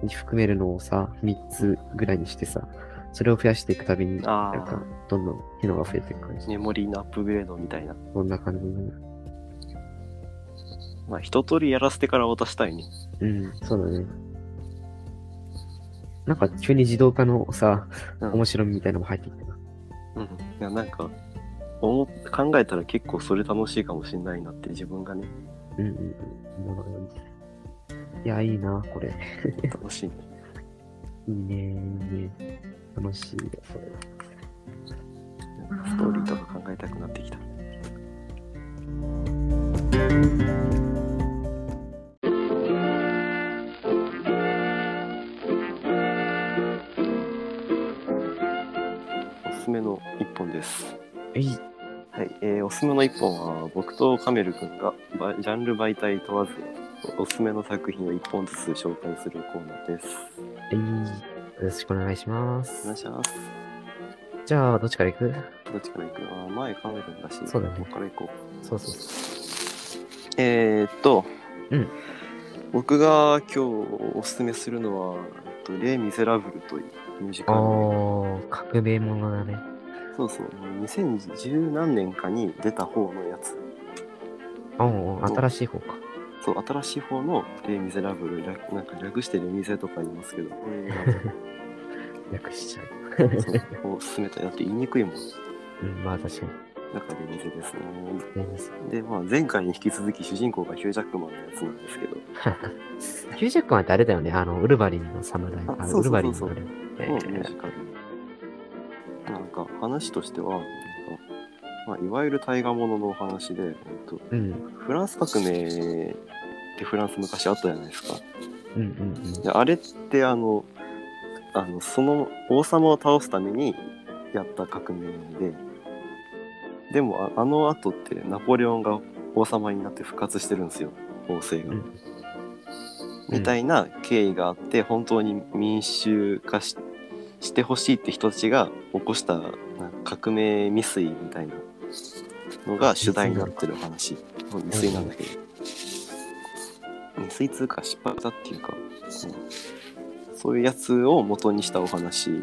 S2: に含めるのをさ、3つぐらいにしてさ、それを増やしていくたびに、なん
S1: あ
S2: か
S1: あ、、
S2: どんどん機能が増えていく感じ。
S1: メモリーのアップグレードみたいな。
S2: そんな感じになる。
S1: まあ、一通りやらせてから渡したいね。
S2: うん、そうだね。なんか急に自動化のさ、
S1: うん
S2: 面白みみたいなのも入ってきたな。
S1: うん。いや、なんか、思っ考えたら結構それ楽しいかもしれないなって自分がね、
S2: うんうんうん。なるほどねいや、いいな、これ。
S1: 楽しいね。
S2: いいね、いいね。楽しいよ、これ。
S1: なんかストーリーとか考えたくなってきた。おすすめの一本です。
S2: えい、
S1: はい、えーおすすめの一本は僕とカメル君がばジャンル媒体問わずおすすめの作品を一本ずつ紹介するコーナーです。
S2: えい。よろしくお願いしま
S1: お願い
S2: す。
S1: します。
S2: じゃあ、どっちから行く
S1: どっちから行くのあー前カメル君だし、
S2: そうだね
S1: ここから行こう。
S2: そうそうそ
S1: えーっと、
S2: うん
S1: 僕が今日おすすめするのはえっと「レ・ミゼラブル」というミュージ
S2: う。
S1: カルで
S2: おー、革命ものだね。
S1: そうそう2010何年かに出た方のやつ
S2: おー、新しい方か。
S1: そう新しい方の「レ・ミゼラブル」略なんか略して「レ・ミゼ」とか言いま すけどこれが
S2: 略しちゃう。
S1: そうを進めたいだって言いにくいもん
S2: うん、まあ確かに。
S1: だからレ・ミゼですね
S2: やります
S1: で、まあ、前回に引き続き主人公がヒュージャックマンのやつなんですけど
S2: ヒュージャックマンってあれだよね、あの、ウルヴァリンの侍。
S1: あ
S2: あ
S1: そうそうそうそう
S2: ウルヴァリンのあれ
S1: のミュージカル。なんか話としては、なんかまあ、いわゆる大河もののお話で、えっと、
S2: うん、
S1: フランス革命ってフランス昔あったじゃないですか。
S2: うん、うん
S1: であれってあのあのその王様を倒すためにやった革命ででもああの後ってナポレオンが王様になって復活してるんですよ王政が。
S2: うん
S1: みたいな経緯があって本当に民主化ししてほしいって人たちが起こしたなんか革命未遂みたいなのが主題になってる話未遂なんだけど未遂通過失敗だっていうかそのそういうやつを元にしたお話な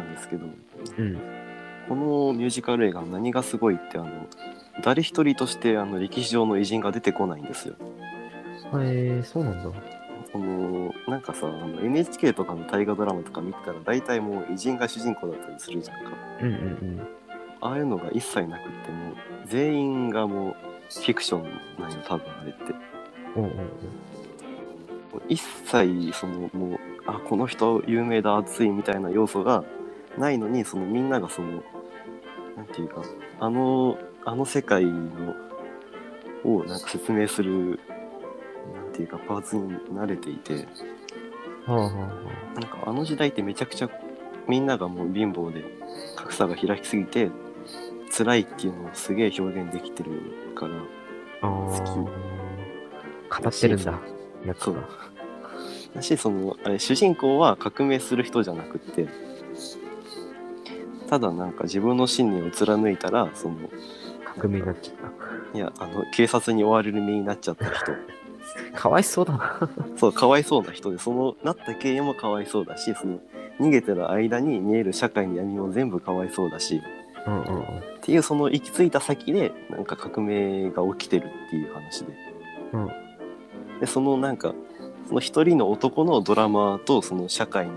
S1: んですけど
S2: うん、うん。
S1: このミュージカル映画何がすごいってあの誰一人としてあの歴史上の偉人が出てこないんですよ。
S2: えー、そうなんだ。
S1: このなんかさあの NHK とかの大河ドラマとか見てたら大体もう偉人が主人公だったりするじゃんか
S2: うん、うん、
S1: ああいうのが一切なくってもう全員がもうフィクションなんよ多分あれって
S2: うん。おうおう
S1: もう一切そのもうあこの人有名だ熱いみたいな要素がないのにそのみんながそのなんていうかあのあの世界のをなんか説明するなんていうかパーツに慣れていて。
S2: おうはあ、はあ、は
S1: なんかあの時代ってめちゃくちゃみんながもう貧乏で格差が開きすぎて辛いっていうのをすげえ表現できてるから
S2: あ。あー語ってるんだ。やつ
S1: そう
S2: が。
S1: だしそのあれ主人公は革命する人じゃなくってただなんか自分の信念を貫いたらその
S2: 革命になっちゃっ
S1: いやあの警察に追われる身になっちゃった人
S2: た。かわいそうだな。
S1: そうかわいそうな人でそのなった経緯もかわいそうだしその逃げてる間に見える社会の闇も全部かわいそうだし
S2: うんうんうん。
S1: っていうその行き着いた先でなんか革命が起きてるっていう話で,、
S2: うん
S1: でそのなんかその一人の男のドラマとその社会の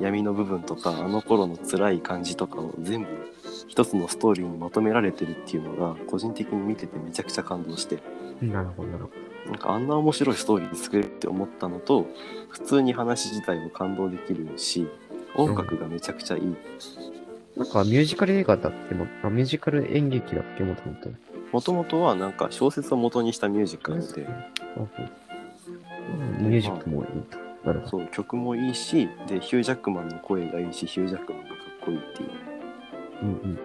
S1: 闇の部分とかあの頃の辛い感じとかを全部一つのストーリーにまとめられてるっていうのが個人的に見ててめちゃくちゃ感動して
S2: なるほど、なるほ
S1: なんかあんな面白いストーリー作れるって思ったのと普通に話自体も感動できるし音楽がめちゃくちゃいい、
S2: ど。なんかミュージカル映画だっけも、あ、ミュージカル演劇だっけもともと。
S1: もともとはなんか小説を元にしたミュージカルで
S2: あそううんミュージックもいいと。なるほど。
S1: そう曲もいいしでヒュー・ジャックマンの声がいいしヒュー・ジャックマンがかっこいいっていう
S2: うんうん。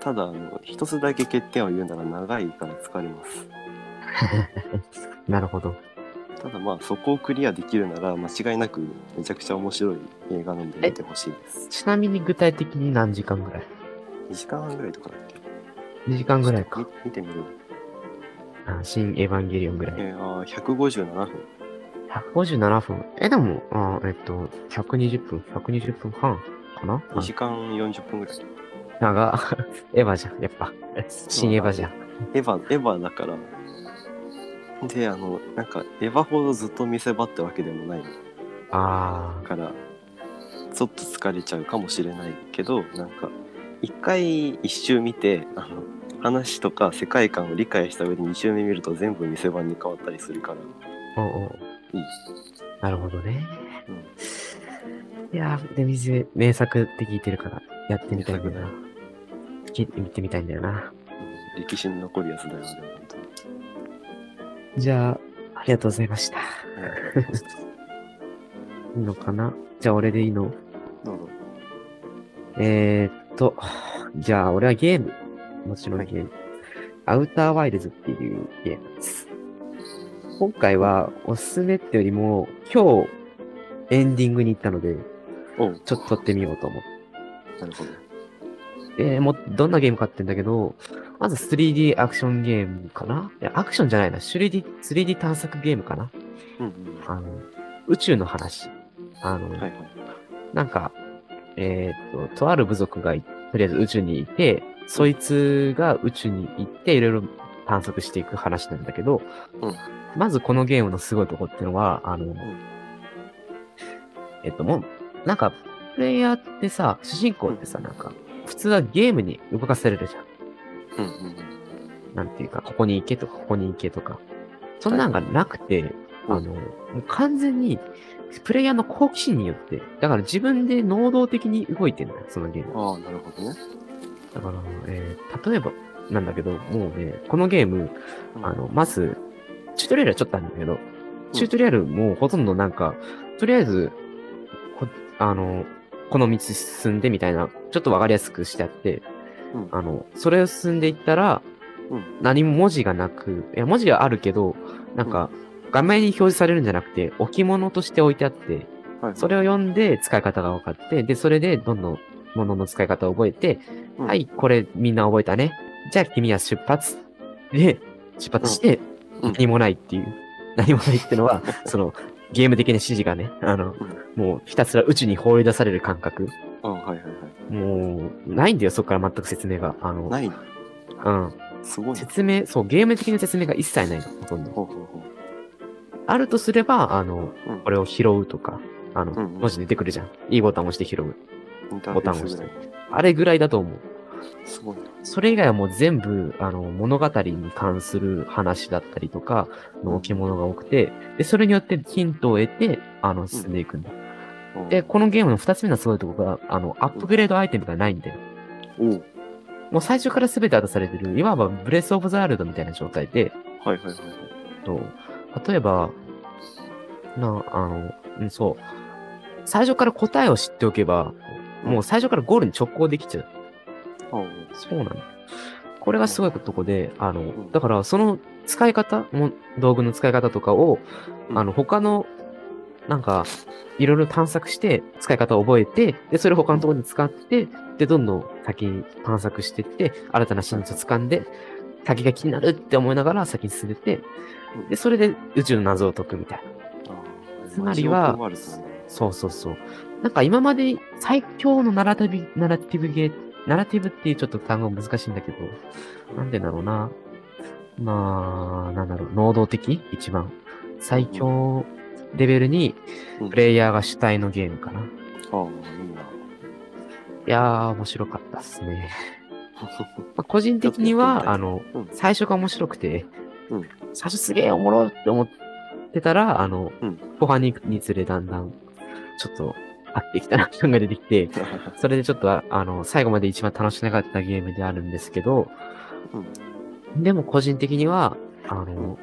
S1: ただあの一つだけ欠点を言うなら長いから疲れます
S2: なるほど。
S1: ただまあそこをクリアできるなら間違いなくめちゃくちゃ面白い映画なんで見てほしいです
S2: ちなみに具体的に何時間ぐらい
S1: 2時間半ぐらいとかだっけ
S2: ?2 時間ぐらい
S1: み
S2: か。
S1: 見てみる
S2: あ新エヴァンゲリオンぐらい。
S1: えー、あー157分
S2: 157分。え、でも、あえっと、120分、120分半かな
S1: 2時間40分ぐらい
S2: あ長、 エヴァじゃん、やっぱ。新エヴァじゃん。
S1: エヴァエヴァだからであのなんかエヴァほどずっと見せ場ってわけでもない
S2: あ
S1: からちょっと疲れちゃうかもしれないけどなんか一回一周見てあの話とか世界観を理解した上で二周目見ると全部見せ場に変わったりするから
S2: ー、おうおう
S1: いい、
S2: なるほどね。
S1: うん、
S2: いやー、で、水、名作って聞いてるから、やってみたいんだよな。聞いてみてみたいんだよな。
S1: 歴史に残るやつだよね本当に
S2: じゃあ、ありがとうございました。 いいのかなじゃあ、俺でいいの
S1: どうぞ
S2: えー、っと、じゃあ、俺はゲーム。もちろんゲーム。アウターワイルズっていうゲームです。今回は、おすすめってよりも、今日、エンディングに行ったので、
S1: おう
S2: ちょっと撮ってみようと思
S1: なるほど
S2: って。えーもう、どんなゲームかってんだけど、まず 3D アクションゲームかないや、アクションじゃないな。3D、3D 探索ゲームかな
S1: うんうん
S2: あの、宇宙の話。あの、
S1: はいはい
S2: なんか、えーっと、とある部族がい、とりあえず宇宙にいて、そいつが宇宙に行って、いろいろ探索していく話なんだけど、
S1: うん
S2: まずこのゲームのすごいとこっていうのは、あの、えっと、もう、なんか、プレイヤーってさ、主人公ってさ、なんか、普通はゲームに動かされるじゃん。
S1: うんうんうん
S2: なんていうか、ここに行けとか、ここに行けとか。そんなんがなくて、
S1: うん
S2: あの、もう完全に、プレイヤーの好奇心によって、だから自分で能動的に動いてるんだよ、そのゲーム。
S1: ああなるほどね
S2: だから、えー例えばなんだけど、もうね、このゲーム、
S1: うん
S2: あの、まず、チュートリアルはちょっとあるんだけど、チュートリアルもほとんどなんか、とりあえず、こあの、この道進んでみたいな、ちょっとわかりやすくしてあって、
S1: うん
S2: あの、それを進んでいったら、
S1: うん
S2: 何も文字がなく、いや、文字はあるけど、なんか、画面に表示されるんじゃなくて、置物として置いてあって、
S1: はい
S2: それを読んで使い方が分かって、で、それでどんどん物の使い方を覚えて、
S1: うん
S2: はい、これみんな覚えたね。じゃあ君は出発。で、出発して、
S1: うん
S2: 何もないっていう。何もないっての は、その、ゲーム的な指示がね、あの、もうひたすら宇宙に放り出される感覚。
S1: あはいはいはい
S2: もう、ないんだよ、そこから全く説明が。あの、
S1: ない
S2: うん。
S1: すごいな
S2: 説明、そう、ゲーム的な説明が一切ないの、ほとんど。
S1: ほうほうほ
S2: あるとすれば、あの、
S1: うん
S2: これを拾うとか、あの、
S1: んうん
S2: 文字出てくるじゃん。いいボタンを押して拾う。
S1: うインターフェースぐらい
S2: あれぐらいだと思う。
S1: すごいな
S2: それ以外はもう全部、あの、物語に関する話だったりとか、の置物が多くて、で、それによってヒントを得て、あの、進んでいくんだ。
S1: うん
S2: で、このゲームの二つ目のすごいところが、あの、アップグレードアイテムがないんだよ。
S1: おう
S2: もう最初から全て渡されてる、いわばブレスオブザールドみたいな状態で、
S1: はいはいはいはい
S2: と、例えば、な、あの、うん、そう。最初から答えを知っておけば、もう最初からゴールに直行できちゃう。
S1: おう
S2: そうなんだ。これがすごいとこで、あの
S1: ん、
S2: だからその使い方、も道具の使い方とかを、
S1: うん
S2: あの、他の、なんか、いろいろ探索して、使い方を覚えて、で、それを他のところに使って、で、どんどん先に探索していって、新たな真実を掴んで、先が気になるって思いながら先に進めて、で、それで宇宙の謎を解くみたいな。
S1: あー
S2: つまりは
S1: マジオープンワールドなんだ
S2: そうそうそう。なんか今まで最強のナラティブナラティブゲーナラティブっていうちょっと単語難しいんだけど、なんでだろうな。まあ、なんだろう、能動的一番。最強レベルに
S1: うん、
S2: プレイヤーが主体のゲームかな。
S1: ああ、いいな。
S2: いやー、面白かったっすね。まあ、個人的に
S1: ちょっとやってみ
S2: は、
S1: たい
S2: あの、
S1: うん
S2: 最初が面白くて、
S1: うん
S2: 最初すげえおもろって思ってたら、あの、
S1: うん
S2: 後半に行くにつれだんだん、ちょっと、合ってきたな感が出てきて、それでちょっと、ああの、最後まで一番楽しめなかったゲームであるんですけど、でも個人的には、あの、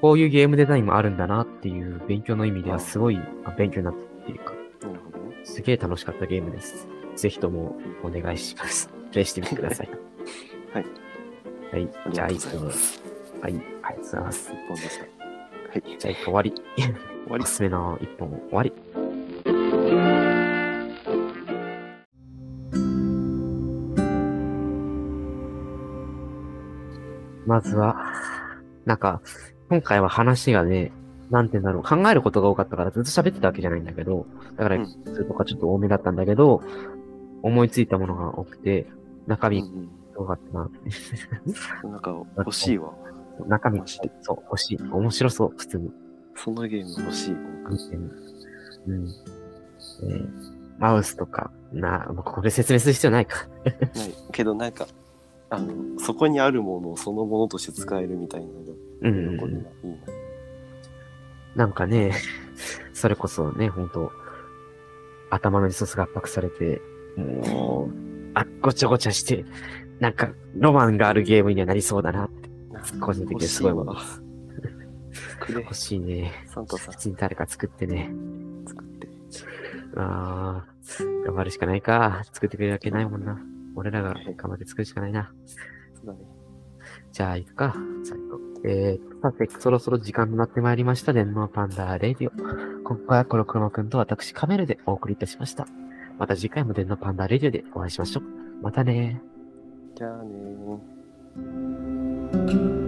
S2: こういうゲームデザインもあるんだなっていう勉強の意味ではすごいあ勉強になったっていうか、
S1: なるほどね。
S2: すげえ楽しかったゲームです。ぜひともお願いします。プレイしてみてください。
S1: はい。
S2: はい。
S1: あり
S2: じゃあ、
S1: がとう
S2: い
S1: ござ
S2: つ
S1: い
S2: も
S1: ま
S2: はい。
S1: す。
S2: ありがとうございます。
S1: 一本でした。はい。終
S2: じゃあ、一本終わり。
S1: わり
S2: お。すすめの一本終わり。まずは、なんか、今回は話がね、なんて言うんだろう、考えることが多かったからずっと喋ってたわけじゃないんだけど、だから、
S1: うん
S2: それとかちょっと多めだったんだけど、思いついたものが多くて、中
S1: う
S2: 身、
S1: ん
S2: よかったな。
S1: うん、なんか欲しいわ。
S2: 中身、そう、欲しい。面白そう、普通に。
S1: そんなゲーム欲しい。僕
S2: うん。えーマウスとか、な、まあこれ説明する必要ないか。
S1: ない けどなんかあのそこにあるものをそのものとして使えるみたいなのが
S2: うんうん
S1: 残
S2: う
S1: り
S2: ん。
S1: がいいな。
S2: なんかね、それこそね、ほんと、頭のリソースが圧迫されて、もう、あ、ごちゃごちゃして、なんか、ロマンがあるゲームにはなりそうだな。個人的にすごいわ
S1: 欲しい わ。くれ
S2: 欲、しいね。
S1: サンタさん
S2: 普通に誰か作ってね。
S1: 作って。
S2: あー、頑張るしかないか。作ってくれるわけないもんな。俺らが頑張って作るしかないな。
S1: そうだね。
S2: じゃあ、行くか。最後。えー、さて、そろそろ時間となってまいりました。電脳パンダレディオ。ここはコロクロくんと私カメルでお送りいたしました。また次回も電脳パンダレディオでお会いしましょう。またねー。
S1: じゃあねー。